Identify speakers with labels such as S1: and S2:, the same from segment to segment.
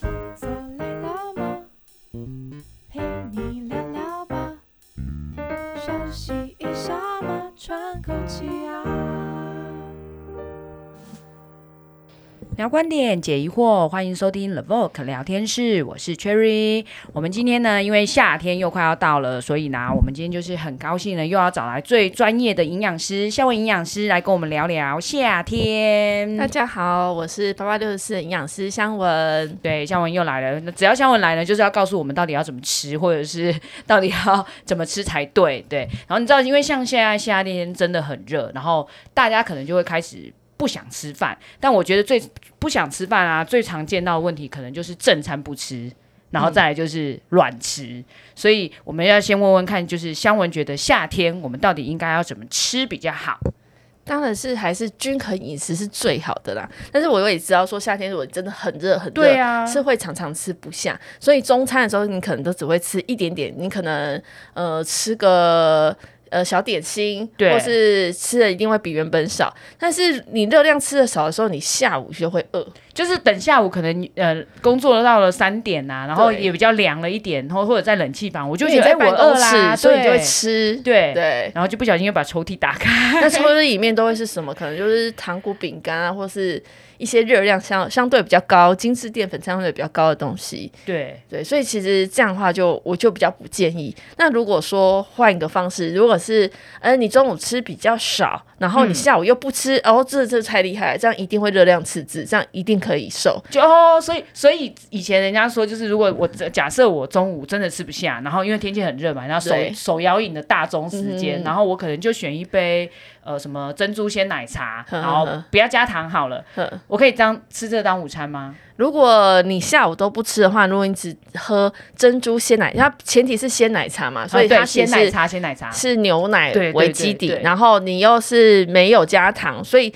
S1: 坐累了吗？陪你聊聊吧，休息一下嘛，喘口气啊。
S2: 聊观点，解疑惑，欢迎收听 The Vogue 聊天室，我是 Cherry。我们今天呢，因为夏天又快要到了，所以呢，我们今天就是很高兴呢，又要找来最专业的营养师夏薇营养师来跟我们聊聊夏天。
S3: 大家好，我是八八六十四的营养师香文。
S2: 对，香文又来了。那只要香文来了，就是要告诉我们到底要怎么吃，或者是 到底要怎么吃才对。对，然后你知道，因为像现在夏天真的很热，然后大家可能就会开始不想吃饭。但我觉得最不想吃饭啊，最常见到的问题可能就是正餐不吃。然后再来就是乱吃，所以我们要先问问看，就是香文觉得夏天我们到底应该要怎么吃比较好？
S3: 当然是还是均衡饮食是最好的啦，但是我也知道说夏天如果真的很热很热，
S2: 对啊，
S3: 是会常常吃不下，所以中餐的时候你可能都只会吃一点点，你可能呃吃个呃小点心，
S2: 对
S3: 或是吃的一定会比原本少，但是你热量吃的少的时候，你下午就会饿，
S2: 就是等下午可能呃工作到了三点呐、然后
S3: 对
S2: 也比较凉了一点，或或者在冷气房，我就觉
S3: 因
S2: 得哎
S3: 为你在
S2: 我
S3: 办公
S2: 饿
S3: 室，
S2: 啦，
S3: 所以你就会
S2: 对
S3: 吃，
S2: 对，
S3: 对。
S2: 然后就不小心又把抽屉打开，
S3: 那抽屉里面都会是什么？可能就是糖果、饼干啊，或是一些热量相相对比较高、精致淀粉相对比较高的东西。
S2: 对
S3: 对，所以其实这样的话就我就比较不建议。那如果说换一个方式，如果是呃你中午吃比较少，然后你下午又不吃，哦这这太厉害了，这样一定会热量赤字，这样一定可以瘦。
S2: 就哦，所以所以以前人家说就是如果我假设我中午真的吃不下，然后因为天气很热嘛，然后手
S3: 对
S2: 手摇饮的大中时间，
S3: 嗯
S2: 然后我可能就选一杯呃什么珍珠鲜奶茶，
S3: 呵呵
S2: 然后
S3: 呵
S2: 不要加糖好了，
S3: 呵
S2: 我可以当吃这当午餐吗？
S3: 如果你下午都不吃的话，如果你只喝珍珠鲜奶，它前提是鲜奶茶嘛，所以
S2: 啊对
S3: 它其
S2: 鲜
S3: 实
S2: 奶茶鲜奶茶
S3: 是牛奶
S2: 对对
S3: 为基底，
S2: 对对
S3: 然后你又是没有加糖，所以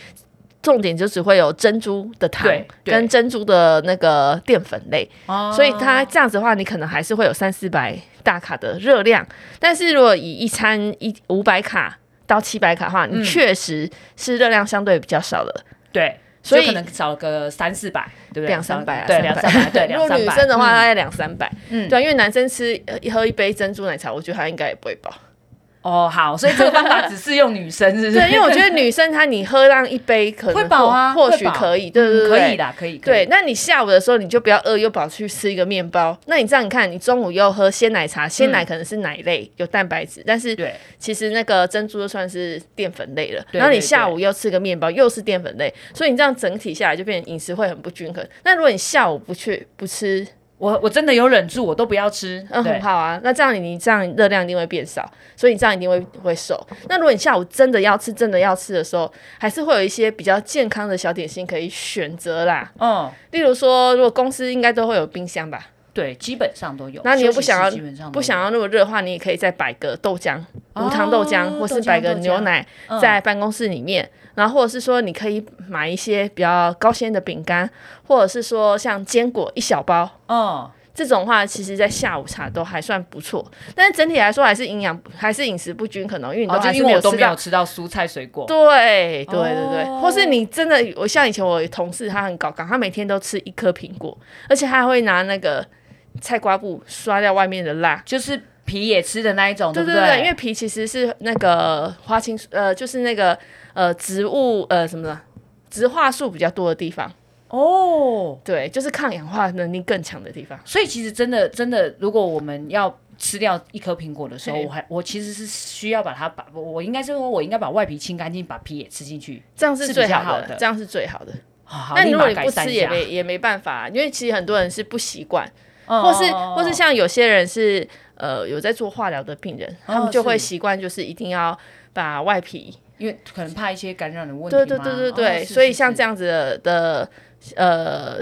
S3: 重点就只会有珍珠的糖
S2: 对对
S3: 跟珍珠的那个淀粉类，
S2: 哦
S3: 所以它这样子的话，你可能还是会有三四百大卡的热量，但是如果以一餐一五百卡到七百卡的话，
S2: 嗯
S3: 你确实是热量相对比较少的。
S2: 对。
S3: 所以
S2: 就可能少个三四百，对不对？
S3: 两三百啊，
S2: 对，两
S3: 300
S2: 三百，对，
S3: 如
S2: 两
S3: 果
S2: 三百。
S3: 女生的
S2: 嗯
S3: 话，大概两三百，
S2: 嗯
S3: 对啊，因为男生吃呃喝一杯珍珠奶茶，我觉得他应该也不会饱。
S2: 哦，好，所以这个方法只适用女生，是不是？嗯
S3: 对，因为我觉 得女生她你喝上一杯可能
S2: 会饱啊
S3: 或或
S2: 会
S3: 许
S2: 饱嗯
S3: 可以，对对对，
S2: 可以。啦，可以，可
S3: 对
S2: 以，，
S3: 那你下午的时候你就不要饿又跑去吃一个面包。那你这样你看，你中午又喝鲜奶茶，鲜
S2: 嗯
S3: 奶可能是奶类、有蛋白质，但是
S2: 对，
S3: 其实那个珍珠就算是淀粉类了。
S2: 对
S3: 然后你
S2: 对
S3: 下
S2: 对
S3: 午又吃个面包，又是淀粉类，所以你这样整体下来就变成饮食会很不均衡。那如果你下午不去不吃，
S2: 我我真的有忍住，我都不要吃，
S3: 嗯，
S2: 对
S3: 很，好啊。那这样你你这样热量一定会变少，所以你这样一定会会瘦。那如果你下午真的要吃，真的要吃的时候，还是会有一些比较健康的小点心可以选择啦。
S2: 嗯，
S3: 例如说，如果公司应该都会有冰箱吧，
S2: 对，基本上都有。
S3: 那你又
S2: 休
S3: 不
S2: 息室
S3: 想要
S2: 基本上都有
S3: 不想要那么热的话，你也可以再摆个豆浆，
S2: 嗯哦
S3: 无糖豆浆，或是摆个牛奶
S2: 豆浆嗯
S3: 在办公室里面。然后或者是说，你可以买一些比较高纤的饼干，或者是说像坚果一小包，
S2: 嗯，
S3: 这种话，其实在下午茶都还算不错，但是整体来说还是营养还是饮食不均衡哦，因为你
S2: 哦，
S3: 都
S2: 就
S3: 还是
S2: 因
S3: 没
S2: 为我
S3: 有
S2: 都
S3: 吃
S2: 没有
S3: 到。
S2: 吃到蔬菜水果，
S3: 对对对对，
S2: 哦
S3: 或是你真的，我像以前我有同事，他很搞纲，他每天都吃一颗苹果，而且他还会拿那个菜瓜布刷掉外面的蜡。
S2: 就是皮也吃的那一种，
S3: 对
S2: 哦不
S3: 对对，因为皮其实是那个花青素，呃，就是那个呃植物呃什么的，植化素比较多的地方，
S2: 哦，
S3: 对，就是抗氧化能力更强的地方。
S2: 所以其实真的真的，如果我们要吃掉一颗苹果的时候，
S3: 嘿
S2: 我还我其实是需要把它把我我应该是说我应该把外皮清干净，把皮也吃进去。
S3: 这样
S2: 是
S3: 是
S2: 比
S3: 最
S2: 较
S3: 好
S2: 好
S3: 的，
S2: 的
S3: 这样是最好的。
S2: 好好
S3: 哦那
S2: 立
S3: 如
S2: 马
S3: 果你
S2: 改
S3: 不
S2: 善
S3: 吃
S2: 一
S3: 也
S2: 下
S3: 没也没办法、因为其实很多人是不习惯，
S2: 嗯
S3: 或是
S2: 嗯嗯
S3: 或是像有些人是呃有在做化疗的病人，他们就会
S2: 是
S3: 习惯哦就是一定要把外皮，
S2: 哦因为可能怕一些感染的问题
S3: 对
S2: 嘛，
S3: 对对对
S2: 哦
S3: 对，
S2: 是是
S3: 所以像这
S2: 样
S3: 样子的的呃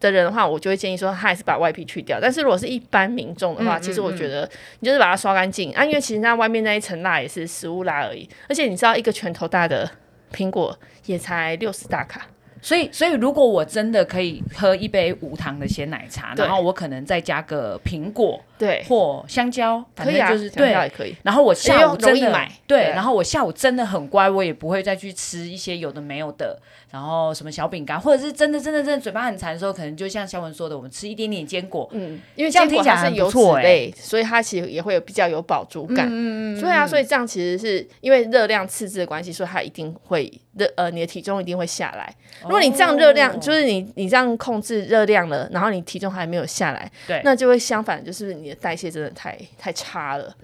S3: 的人的话，我就会建议说他还是把外皮去掉。但是如果是一般民众的话，
S2: 嗯
S3: 其实我
S2: 嗯
S3: 觉得你就是把它刷干净啊，因为其实那外面那一层蜡也是食物蜡而已，而且你知道一个拳头大的苹果也才六十大卡。
S2: 所以，所以如果我真的可以喝一杯无糖的鲜奶茶，
S3: 对
S2: 然后我可能再加个苹果
S3: 对，
S2: 或香蕉，反
S3: 可
S2: 正
S3: 以啊，
S2: 就是、
S3: 想
S2: 对
S3: 到也可以。
S2: 然后我下午真
S3: 因
S2: 的
S3: 为容易买
S2: 对，
S3: 对
S2: 然后我下午真的很乖，我也不会再去吃一些有的没有的，然后什么小饼干，或者是真的真的真的嘴巴很馋的时候，可能就像肖文说的，我们吃一点点坚果，
S3: 嗯，因为
S2: 这样
S3: 坚
S2: 听
S3: 果
S2: 起来
S3: 它是
S2: 很不
S3: 油脂
S2: 错欸
S3: 类，所以它其实也会有比较有饱足感。嗯对啊，所以这样其实是因为热量赤字的关系，所以它一定会热呃你的体重一定会下来。如果你这样热量、
S2: 哦
S3: 就是你你这样控制热量了，然后你体重还没有下来，
S2: 对
S3: 那就会相反，就是你的代谢真的太太差了。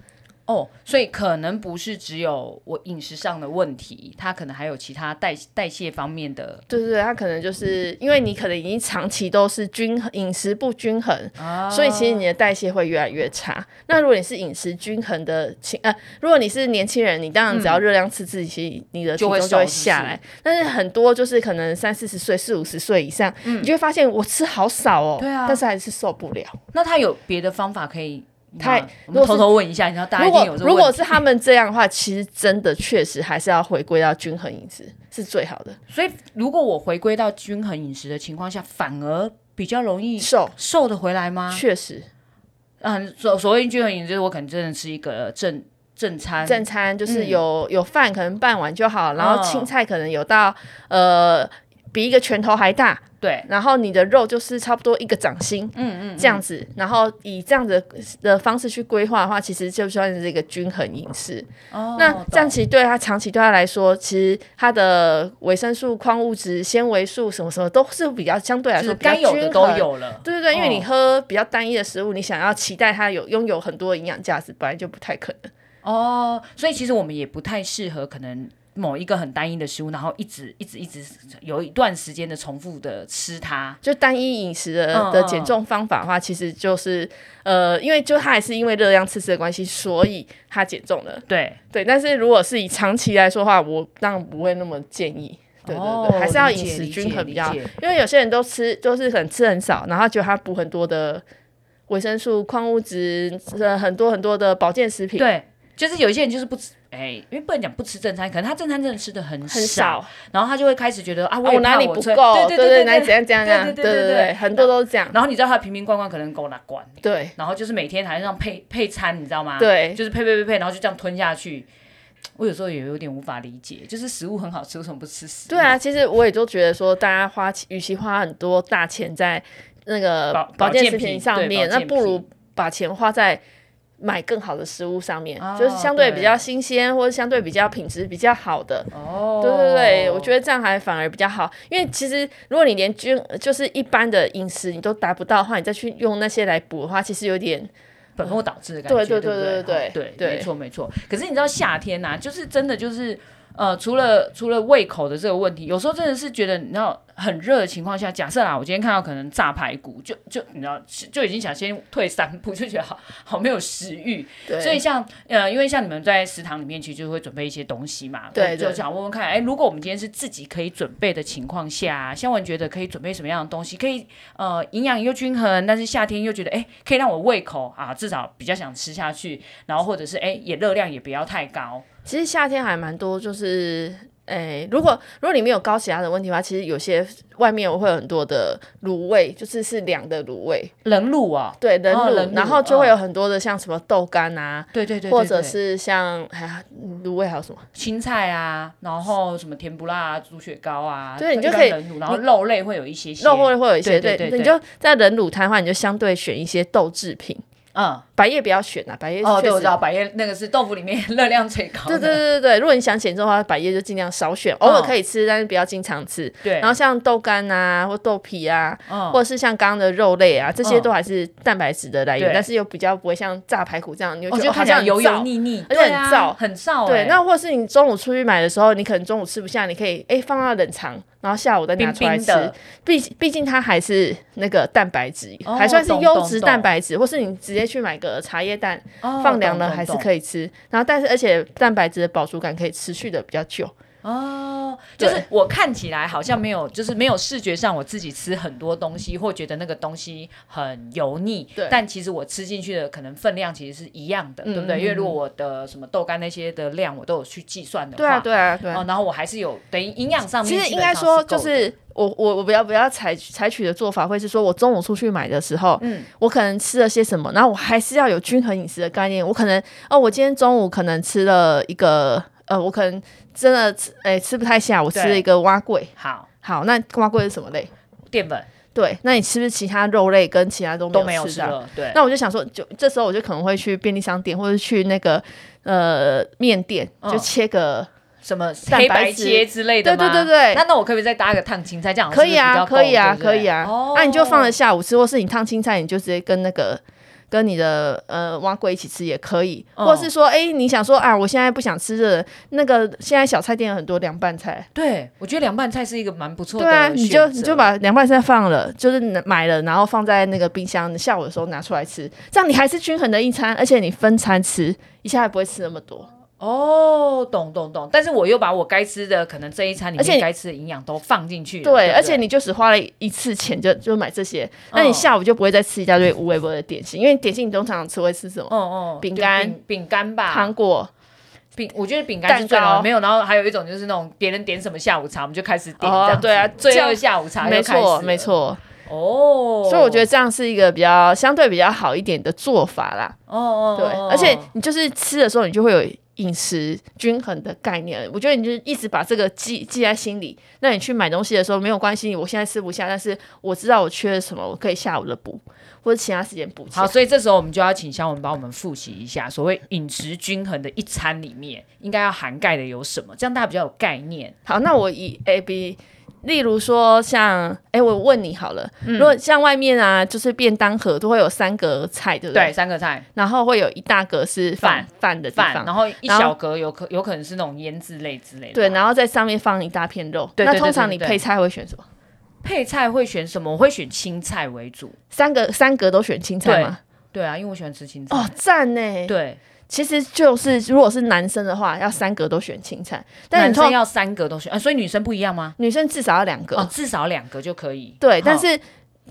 S2: 哦，所以可能不是只有我饮食上的问题，它可能还有其他代代谢方面的
S3: 对对对，它可能就是因为你可能已经长期都是均衡饮食不均衡，
S2: 啊
S3: 所以其实你的代谢会越来越差。那如果你是饮食均衡的青呃，如果你是年轻人，你当然只要热量赤字，其实你的
S2: 嗯
S3: 体
S2: 就会
S3: 重
S2: 瘦
S3: 就会
S2: 是不
S3: 下
S2: 是
S3: 来。但是很多就是可能三四十岁、四五十岁以上，你就会发现我吃好少哦，
S2: 嗯对啊
S3: 但是还是受不了。
S2: 那他有别的方法可以吗？
S3: 太
S2: 我
S3: 如果
S2: 们
S3: 是
S2: 偷偷问一下，然后大家
S3: 如
S2: 一定
S3: 果
S2: 有这个
S3: 如果
S2: 问题。
S3: 是他们这样的话，其实真的确实还是要回归到均衡饮食是最好的。
S2: 所以如果我回归到均衡饮食的情况下，反而比较容易
S3: 瘦
S2: 瘦得回来吗？
S3: 确实，
S2: 嗯，所所谓均衡饮食，就是我可能真的吃一个正正餐，
S3: 正餐就是
S2: 嗯
S3: 有、有饭，可能半碗就好，然后
S2: 哦
S3: 青菜可能有到、呃比一个拳头还大，
S2: 对，
S3: 然后你的肉就是差不多一个掌心，嗯嗯，这样子，然后以这样子的的方式去规划的话，其实就算是一个均衡饮食。
S2: 哦
S3: 那这样
S2: 懂
S3: 其实对他长期对他来说，其实他的维生素、矿物质、纤维素什么什么都是比较相对来
S2: 就
S3: 说
S2: 是
S3: 比较
S2: 该有的
S3: 均
S2: 都
S3: 衡。
S2: 有了，
S3: 对对对，因为你
S2: 哦
S3: 喝比较单一的食物，你想要期待它有拥有很多营养价值，本来就不太可能。
S2: 哦，所以其实我们也不太适合可能。某一个很单一的食物，然后一直一直一直有一段时间的重复的吃它，
S3: 就单一饮食的
S2: 嗯
S3: 的
S2: 嗯
S3: 减重方法的话，其实就是呃，因为就它还是因为热量赤字的关系，所以它减重了。
S2: 对，
S3: 对，但是如果是以长期来说的话，我当然不会那么建议。对对对，
S2: 哦
S3: 还是要
S2: 理
S3: 饮
S2: 解
S3: 食
S2: 理
S3: 均
S2: 解
S3: 衡
S2: 理
S3: 比较好，
S2: 解
S3: 因为有些人都吃都是很吃很少，然后就他补很多的维生素、矿物质，呃，很多很多的保健食品，，
S2: 对，就是有一些人就是不吃，哎、因为不能讲不吃正餐，可能他正餐真的吃的很少，
S3: 很少。
S2: 然后他就会开始觉得啊，
S3: 啊
S2: 也
S3: 我哪
S2: 怕
S3: 里
S2: 我
S3: 不
S2: 吹
S3: 够？
S2: 对
S3: 对
S2: 对
S3: 哪里怎样怎样怎样？
S2: 对
S3: 对
S2: 对对对
S3: 对，很多都是这样。
S2: 然后你知道他瓶瓶罐罐可能够拿罐，
S3: 对
S2: 然后就是每天还让配配餐，你知道吗？，
S3: 对，
S2: 就是配配配配，然后就这样吞下去。我有时候也有点无法理解，就是食物很好吃，为什么不吃食物？
S3: 对，啊，其实我也都觉得说，大家花钱，与其花很多大钱在那个
S2: 保
S3: 保
S2: 保
S3: 健
S2: 健
S3: 食
S2: 品
S3: 品上
S2: 对
S3: 面，
S2: 保
S3: 那
S2: 健
S3: 不如
S2: 品
S3: 把钱花在买更好的食物上面，
S2: 哦
S3: 就是相对比
S2: 对
S3: 较新鲜或者相对比较品质比较好的。
S2: 哦，
S3: 对对对，我觉得这样还反而比较好，因为其实如果你连均就是一般的饮食你都达不到的话，你再去用那些来补的话，其实有点
S2: 本末倒置的感觉，
S3: 对对
S2: 对不
S3: 对对
S2: 对
S3: 对
S2: 对
S3: 对
S2: 没错没错。可是你知道夏天呐、就是真的就是呃，除了除了胃口的这个问题，有时候真的是觉得你知道很热的情况下，假设啦，我今天看到可能炸排骨，就就你知道就已经想先退三步，就觉得好好没有食欲。
S3: 对，
S2: 所以像呃，因为像你们在食堂里面其实就会准备一些东西嘛，
S3: 对
S2: 呃
S3: 对
S2: 就想问问看，哎，如果我们今天是自己可以准备的情况下啊，香文觉得可以准备什么样的东西？可以呃，营养又均衡，但是夏天又觉得哎，可以让我胃口啊，至少比较想吃下去，然后或者是哎，也热量也不要太高，
S3: 其实夏天还蛮多，就是诶、如果如果你没有高血压的问题的话，其实有些外面会有很多的卤味，就是是凉的卤味，
S2: 冷卤啊，
S3: 对，冷
S2: 哦
S3: 卤，
S2: 冷卤
S3: 然后就会有
S2: 嗯
S3: 很多的像什么豆干啊，
S2: 对对对对
S3: 或者
S2: 对
S3: 是像哎呀卤味还有什么，
S2: 青菜啊，然后什么甜不辣啊、猪血糕啊，
S3: 对你就
S2: 一般
S3: 可以
S2: 冷卤，然后肉类会有一些些
S3: 肉会会有一些，
S2: 对对对
S3: 你就
S2: 对
S3: 在冷卤摊的话，你就相对选一些豆制品，
S2: 嗯。
S3: 百叶不要选啊，百叶
S2: 哦，
S3: 确
S2: 对，我
S3: 实
S2: 知道，百叶那个是豆腐里面 热量最高
S3: 对
S2: 的。哦
S3: 对对对对，如果你想减重的话，百叶就尽量少选，偶尔可以吃，但是不要经常吃。
S2: 对
S3: 然后像豆干啊，或豆皮啊，
S2: 嗯
S3: 或者是像刚刚的肉类啊，这些
S2: 嗯
S3: 都还是蛋白质的来源，
S2: 对
S3: 但是又比较不会像炸排骨这样，你
S2: 我
S3: 会
S2: 觉
S3: 觉
S2: 得哦
S3: 得好
S2: 看起来
S3: 像
S2: 油油
S3: 燥。
S2: 腻腻，
S3: 而且很
S2: 对啊
S3: 燥
S2: 很燥欸。
S3: 对，那或者是你中午出去买的时候，你可能中午吃不下，你可以哎放到冷藏，然后下午再拿出来
S2: 冰
S3: 吃
S2: 冰的。
S3: 毕毕竟它还是那个蛋白质，
S2: 哦
S3: 还算是
S2: 懂
S3: 优
S2: 懂
S3: 质
S2: 懂
S3: 蛋白质，或是你直接去买个茶叶蛋，放凉了还是
S2: 以。
S3: 可以吃。然后，但是而且蛋白质的饱足感可以持续的比较久。
S2: 哦，就是
S3: 对
S2: 我看起来好像没有，就是没有视觉上我自己吃很多东西，或觉得那个东西很油腻
S3: 对，
S2: 但其实我吃进去的可能分量其实是一样的，
S3: 嗯
S2: 对不对？
S3: 嗯
S2: 因为如果我的什么豆干那些的量我都有去计算的话，
S3: 对啊，对啊，对啊。
S2: 哦，然后我还是有等于营养上面
S3: 其实
S2: 基
S3: 应
S2: 本上
S3: 该说，就
S2: 够的
S3: 是我我我比较比较采取采取的做法会是说，我中午出去买的时候，
S2: 嗯
S3: 我可能吃了些什么，然后我还是要有均衡饮食的概念。我可能哦，我今天中午可能吃了一个呃，我可能真的吃哎、吃不太下，我吃了一个蛙桂。
S2: 好
S3: 好，那蛙桂是什么类？
S2: 淀粉
S3: 对，那你吃不是其他肉类跟其他都
S2: 都没有
S3: 有
S2: 吃
S3: 到？
S2: 了，对，
S3: 那我就想说，就这时候我就可能会去便利商店，或者去那个呃面店，
S2: 嗯
S3: 就切个、
S2: 什么
S3: 蛋
S2: 黑
S3: 白
S2: 白
S3: 质
S2: 切之类的
S3: 对对
S2: 吗
S3: 对对
S2: 那那我可不可以再搭个烫青菜这样？
S3: 可以啊，
S2: 哦是不
S3: 可
S2: 是比
S3: 以
S2: 较
S3: 啊，
S2: 够对不对
S3: 可以啊。
S2: 哦，
S3: 那、你就放了下午吃，或是你烫青菜，你就直接跟那个跟你的呃蛙龟一起吃也可以，
S2: 嗯
S3: 或是说，哎、你想说啊，我现在不想吃热的，那个现在小菜店有很多凉拌菜，
S2: 对，我觉得凉拌菜是一个蛮不错的
S3: 对啊，
S2: 选
S3: 你就
S2: 择
S3: 你就把凉拌菜放了，就是拿买了，然后放在那个冰箱，你下午的时候拿出来吃，这样你还是均衡的一餐，而且你分餐吃，一下也不会吃那么多。
S2: 哦，懂懂懂，但是我又把我该吃的，可能这一餐里
S3: 而且
S2: 面
S3: 你
S2: 该吃的营养都放进去了，
S3: 对，
S2: 不
S3: 而且你就只花了一次钱就就买这些，那你
S2: 嗯
S3: 下午就不会再吃一大堆无微博的点心，因为点心你通常吃会吃什么？
S2: 嗯嗯，
S3: 饼
S2: 就
S3: 干
S2: 饼饼干
S3: 糖
S2: 吧，
S3: 果，
S2: 饼，我觉得饼干是最
S3: 蛋
S2: 好
S3: 糕
S2: 的没有，然后还有一种就是那种别人点什么下午茶，我们就开始点，
S3: 哦
S2: 这样子
S3: 对啊
S2: 罪
S3: 这样
S2: 恶下午茶又
S3: 没
S2: 开始
S3: 错
S2: 了，
S3: 没错。
S2: 哦，
S3: 所以我觉得这样是一个比较相对比较好一点的做法啦。
S2: 哦哦，
S3: 对，
S2: 哦
S3: 而且你就是吃的时候，你就会有饮食均衡的概念。我觉得你就一直把这个记记在心里，那你去买东西的时候没有关系，我现在吃不下，但是我知道我缺了什么，我可以下午的补，或者其他时间补起来。
S2: 好，所以这时候我们就要请肖文帮我们复习一下，所谓饮食均衡的一餐里面应该要涵盖的有什么，这样大家比较有概念。
S3: 好，那我以 A B，例如说像，哎、我问你好了，如果像外面啊，就是便当盒都会有三格菜，对不
S2: 对，？三个菜
S3: 然后会有一大格是放
S2: 饭
S3: 饭的地
S2: 饭，
S3: 方，
S2: 然后一
S3: 然后
S2: 小格有可有可能是那种腌制类之类的吧。
S3: 对，然后在上面放一大片肉。
S2: 对对对
S3: 那通常
S2: 对
S3: 你
S2: 对
S3: 配菜会选什么？
S2: 配菜会选什么？我会选青菜为主。
S3: 三个三格都选青菜吗？
S2: 对啊，因为我喜欢吃青菜。
S3: 哦，赞呢！
S2: 对，
S3: 其实就是如果是男生的话，要三格都选青菜，但
S2: 男
S3: 你
S2: 生
S3: 通
S2: 要三个都选啊，所以女生不一样吗？
S3: 女生至少要两格。
S2: 哦，至少两个就可以。好
S3: 对，但是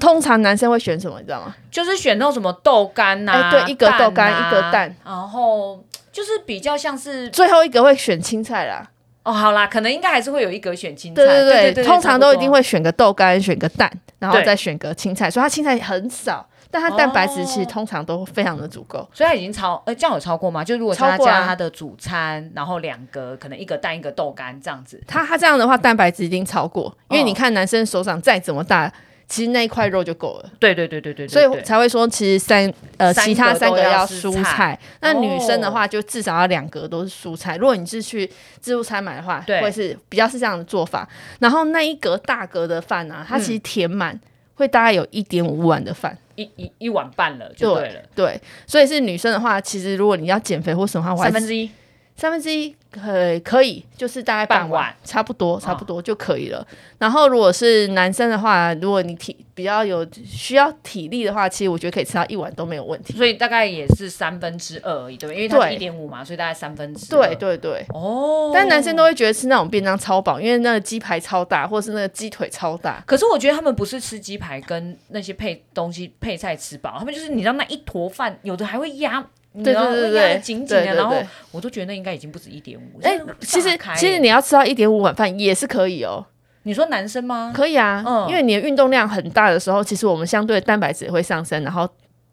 S3: 通常男生会选什么？你知道吗？
S2: 就是选那种什么豆干呐、
S3: 哎对一格豆干
S2: 啊
S3: 一格蛋，
S2: 然后就是比较像是
S3: 最后一格会选青菜啦。
S2: 哦，好啦，可能应该还是会有一格选青菜，
S3: 对
S2: 对
S3: 对对，通常都一定。
S2: 差不多
S3: 会选个豆干，选个蛋，然后
S2: 对
S3: 再选个青菜，所以它青菜很少，但它蛋白质
S2: 哦
S3: 其实通常都非常的足够。
S2: 所以它已经超，呃，这样有超过吗？就如果是他
S3: 超过啊
S2: 加他的主餐，然后两格，可能一个蛋一个豆干这样子。
S3: 它它这样的话，蛋白质一定超过，因为
S2: 哦
S3: 你看男生手掌再怎么大，其实那一块肉就够了，
S2: 对对对对对对
S3: 所
S2: 对
S3: 以才会说其实三呃
S2: 三
S3: 其他
S2: 格
S3: 三
S2: 都
S3: 个
S2: 要
S3: 要
S2: 是
S3: 蔬
S2: 菜
S3: 菜，那女生
S2: 哦
S3: 的话就至少要两格都是蔬菜。如果你是去自助餐买的话，
S2: 对
S3: 会是比较是这样的做法。然后那一格大格的饭啊，它
S2: 嗯
S3: 其实填满、会大概有一点五碗的饭。
S2: 一一一碗半了就对了，
S3: 对，所以是女生的话，其实如果你要减肥或什么的话，我还
S2: 三
S3: 是
S2: 分之一。
S3: 三分之一可可以，就是大概半
S2: 半
S3: 碗
S2: 碗，哦
S3: 差不多差不多就可以了。然后如果是男生的话，如果你体比较有需要体力的话，其实我觉得可以吃到一碗都没有问题。
S2: 所以大概也是三分之二而已，对不对？因为它是一
S3: 对
S2: 点五嘛，所以大概三分之二
S3: 对。对对，
S2: 哦，
S3: 但男生都。会觉得吃那种便当超饱，因为那个鸡排超大，或是那个鸡腿超大。
S2: 可是我觉得他们不是吃鸡排跟那些配东西配菜吃饱，他们就是你知道那一坨饭，有的还会压，你知
S3: 对
S2: 道
S3: 对对
S2: 会
S3: 对
S2: 压
S3: 对
S2: 得，紧紧
S3: 对
S2: 的，
S3: 对
S2: 然后
S3: 对
S2: 我都觉得那应该已经不止一点五。
S3: 哎
S2: 真的，
S3: 其实
S2: 炸开
S3: 其实你要吃到一点五碗饭也是可以哦，
S2: 你说男生吗？
S3: 可以啊，
S2: 嗯
S3: 因为你的运动量很大的时候，其实我们相对的蛋白质也会上升，然后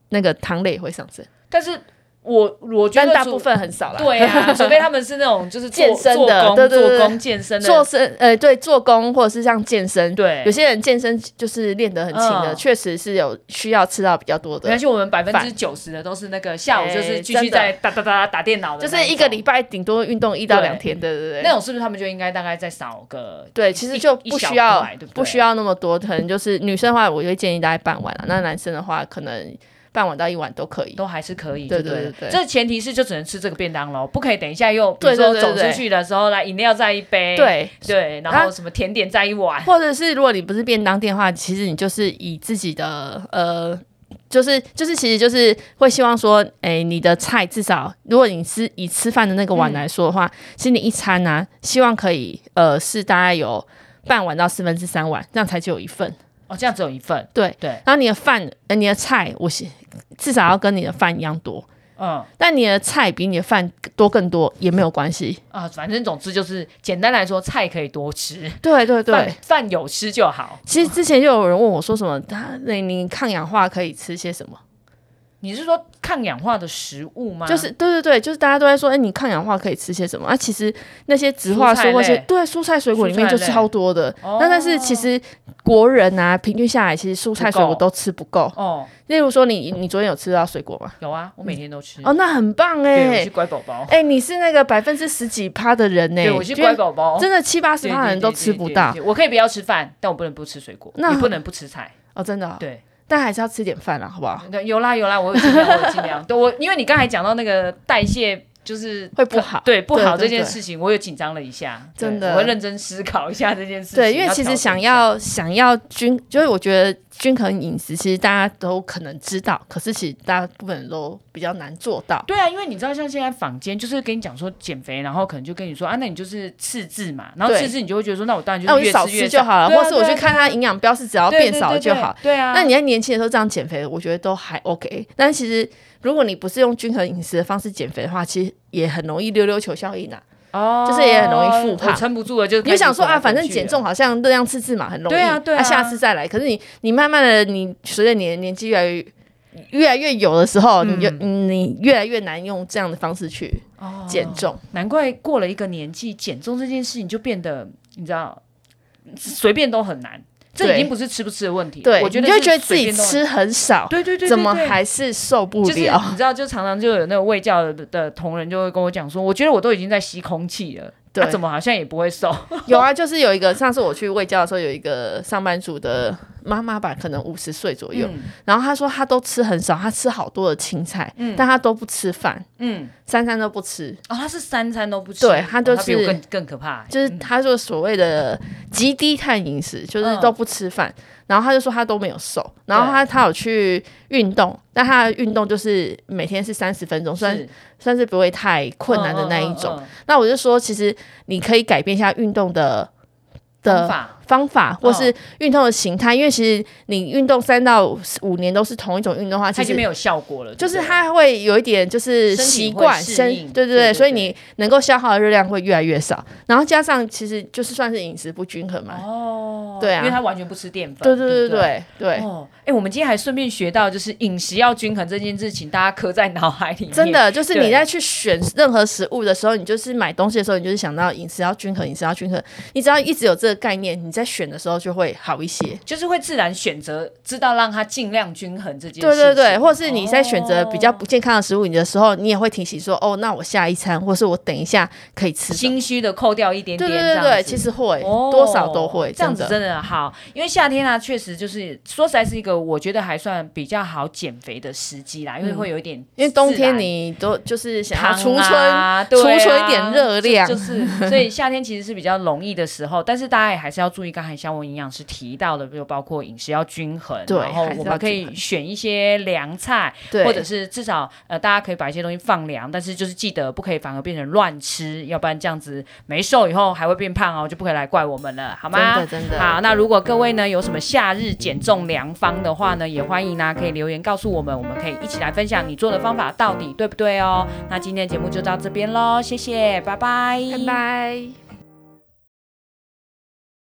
S3: 那个糖类也会上升，
S2: 但是我我觉
S3: 但
S2: 得
S3: 大
S2: 除
S3: 部分很少啦。
S2: 对 啊，除非他们是那种就是做
S3: 健身
S2: 做
S3: 的
S2: 工
S3: 对对对
S2: 做工健身的
S3: 做身呃对做工或者是像健身，
S2: 对
S3: 有。些人健身就是练得很轻的，
S2: 嗯
S3: 确、实是有需要吃到比较多
S2: 没关
S3: 的。
S2: 系，我们百分之
S3: 饭
S2: 九十的都是那个下午就是
S3: 哎
S2: 继续
S3: 真的
S2: 在哒哒哒打电脑的
S3: 就
S2: 那种，
S3: 是一个礼拜顶多运动一到
S2: 对
S3: 两天，对对对。
S2: 那种是不是他们就应该大概再少个
S3: 对，其
S2: 一
S3: 实就
S2: 一
S3: 不
S2: 小
S3: 需要
S2: 块对不对
S3: 不需要那么多，可能就是女生的话，我就会建议大概半碗了、那男生的话，可能半碗到一碗都可以。
S2: 都还是可以，
S3: 对
S2: 就对
S3: 对
S2: 了
S3: 对对
S2: 这前提是就只能吃这个便当喽，不可以等一下又比
S3: 对
S2: 如说
S3: 对对
S2: 走
S3: 对
S2: 出去的时候来饮料再一杯，
S3: 对，
S2: 对，然
S3: 啊
S2: 后什么甜点再一碗，
S3: 或者是如果你不是便当店的话，其实你就是以自己的呃就是就是，其实就是会希望说，哎、你的菜至少，如果你是以吃饭的那个碗来说的话，其实你一餐呢、希望可以呃是大概有半碗到四分之三碗，这样才只有一份。
S2: 哦，这样只有一份，
S3: 对，
S2: 对，
S3: 然后你的饭，呃，你的菜，我是至少要跟你的饭一样多，
S2: 嗯
S3: 但你的菜比你的饭多更多也没有关系。
S2: 啊，反正总之就是简单来说，菜可以多吃，
S3: 对 对
S2: 饭，饭有吃就好。
S3: 其实之前就有人问我说什么，他那你抗氧化可以吃些什么？
S2: 你是说抗氧化的食物吗？
S3: 就是对对对，就是大家都在说，哎、你抗氧化可以吃些什么？啊，其实那些植化素
S2: 蔬菜
S3: 或
S2: 类
S3: 是对蔬菜水果里面就
S2: 蔬菜类
S3: 超多的。
S2: 哦
S3: 那但是其实国人啊，平均下来，其实蔬菜
S2: 不够
S3: 水果都吃不够。
S2: 哦，
S3: 例如说你，你昨天有吃到水果吗？
S2: 有啊，我每天都吃。
S3: 哦，那很棒哎、
S2: 对，我是乖宝宝。
S3: 哎、你是那个百分之十几趴的人呢、
S2: 对，我是乖宝宝。
S3: 真的七八十
S2: 对
S3: 趴的人都吃不到
S2: 对对对对对我可以不要吃饭，但我不能不吃水果，
S3: 那
S2: 也不能不吃菜。
S3: 哦，真的哦、
S2: 对，
S3: 但还是要吃点饭啊啦，好不好？
S2: 对有啦有啦，我有尽量，我有尽 量。对，我因为你刚才讲到那个代谢就是
S3: 会不好
S2: 对不好
S3: 对对
S2: 这件
S3: 对
S2: 事情，我也紧张了一下。对
S3: 真的
S2: 我会认真思考一下这件事情。
S3: 对，因为其
S2: 调
S3: 实
S2: 整
S3: 想
S2: 一下
S3: 要想要均，就是我觉得均衡饮食，其实大家都可能知道，可是其实大部分人都比较难做到。
S2: 对啊，因为你知道，像现在坊间就是跟你讲说减肥，然后可能就跟你说啊，那你就是赤字嘛，然后
S3: 对
S2: 赤字你就会觉得说，那我当然
S3: 那
S2: 就
S3: 我
S2: 是
S3: 就
S2: 越
S3: 少
S2: 吃
S3: 吃
S2: 越
S3: 就
S2: 少
S3: 好了，
S2: 对啊
S3: 或是我
S2: 对啊
S3: 去看它营养标示，只要
S2: 对
S3: 变
S2: 对
S3: 少
S2: 对
S3: 了就
S2: 对
S3: 好。
S2: 对啊，
S3: 那你在年轻的时候这样减肥，我觉得都还 OK。但其实如果你不是用均衡饮食的方式减肥的话，其实也很容易溜溜球效应啊。
S2: 哦，
S3: 就是也很容易复胖
S2: 我撑不住了，就
S3: 你就想说啊，反正减重好像热量赤字嘛，很容易，
S2: 对啊对啊
S3: 下次再来。可是你你慢慢的，你随着你的年纪越来越越来越有的时候，你就
S2: 嗯
S3: 你越来越难用这样的方式去减
S2: 重。
S3: 重。
S2: 难怪过了一个年纪，减重这件事情就变得，你知道，随便都很难。这
S3: 对
S2: 已经不是吃不吃的问题，
S3: 对，
S2: 我觉得
S3: 你就会
S2: 是
S3: 觉得自
S2: 随
S3: 己
S2: 便都很
S3: 吃很少，
S2: 对对对对
S3: 怎么
S2: 对
S3: 还是受不
S2: 就是啊
S3: 了？
S2: 你知道，就常常就有那个卫教的的同仁就会跟我讲说，我觉得我都已经在吸空气了，
S3: 对
S2: 啊怎么好像也不会瘦？
S3: 有啊，就是有一个上次我去喂教的时候，有一个上班族的妈妈吧，可能五十岁左右，
S2: 嗯
S3: 然后她说她都吃很少，她吃好多的青菜，但她都不吃饭，
S2: 嗯，
S3: 三餐都不吃。
S2: 哦，他是三餐都不吃，
S3: 对他
S2: 哦
S3: 就
S2: 比
S3: 是
S2: 我更更可怕欸，
S3: 就是他说所谓的极低碳饮食，就是
S2: 嗯
S3: 都不吃饭，然后他就说他都没有瘦，然后他他有去运动，但他的运动就是每天是三十分钟，算
S2: 是
S3: 算是不会太困难的那一种。
S2: 嗯嗯嗯
S3: 那我就说，其实你可以改变一下运动的
S2: 嗯方
S3: 的啊
S2: 法，嗯
S3: 方法，或是运动的形态，因为其实你运动三到五年都是同一种运动的话，
S2: 他
S3: 其
S2: 已
S3: 实
S2: 经没有效果了，
S3: 就是
S2: 对不对
S3: 它会有一点就是
S2: 身体
S3: 习
S2: 会
S3: 惯
S2: 适
S3: 身，
S2: 应对
S3: 对对
S2: 对
S3: 对，
S2: 对
S3: 所以你能够消耗的热量会越来越少，然后加上其实就是算是饮食不均衡嘛，
S2: 哦，
S3: 对啊
S2: 因为他完全不吃淀粉，
S3: 对
S2: 对
S3: 对对
S2: 不
S3: 对对，
S2: 哦，哎、我们今天还顺便学到，就是饮食要均衡这件事情，大家刻在脑海里面。
S3: 真，的就是
S2: 对
S3: 你在去选任何食物的时候，你就是买东西的时候，你就是想到饮食要均衡，饮食要均衡，你只要一直有这个概念，你在选的时候就会好一些。
S2: 就是会自然选择，知道让它尽量均衡这件事
S3: 对
S2: 情。
S3: 对对，或是你在选择比
S2: 哦
S3: 较不健康的食物你的时候，你也会提醒说，哦，那我下一餐，或是我等一下可以吃什么。
S2: 心虚的扣掉一点
S3: 对
S2: 点，
S3: 对对
S2: 这样
S3: 对，
S2: 子
S3: 其实会
S2: 哦
S3: 多少都会，
S2: 这样
S3: 真
S2: 子
S3: 的。
S2: 真的好，因为夏天啊，确实就是说实在是一个我觉得还算比较好减肥的时机啦，因为会有一点自然，
S3: 嗯因为冬天你都就是想要
S2: 糖
S3: 储存，
S2: 啊，
S3: 储
S2: 对啊
S3: 存一点热量
S2: 就 就是，所以夏天其实是比较容易的时候，但是大家也还是要注意，刚才香文营养师提到的，就包括饮食要均衡，
S3: 对
S2: 然后我们可
S3: 还是要均
S2: 以
S3: 衡
S2: 选一些凉菜，
S3: 对，
S2: 或者是至少呃，大家可以把一些东西放凉，但是就是记得不可以反而变成乱吃，要不然这样子没瘦以后还会变胖哦，就不可以来怪我们了，好
S3: 真
S2: 吗
S3: 的？真的
S2: 好，那如果各位呢有什么夏日减重良方的话呢，也欢迎呢可以留言告诉我们，我们可以一起来分享你做的方法到底对不对哦。那今天的节目就到这边喽，谢谢，拜拜，
S3: 拜拜。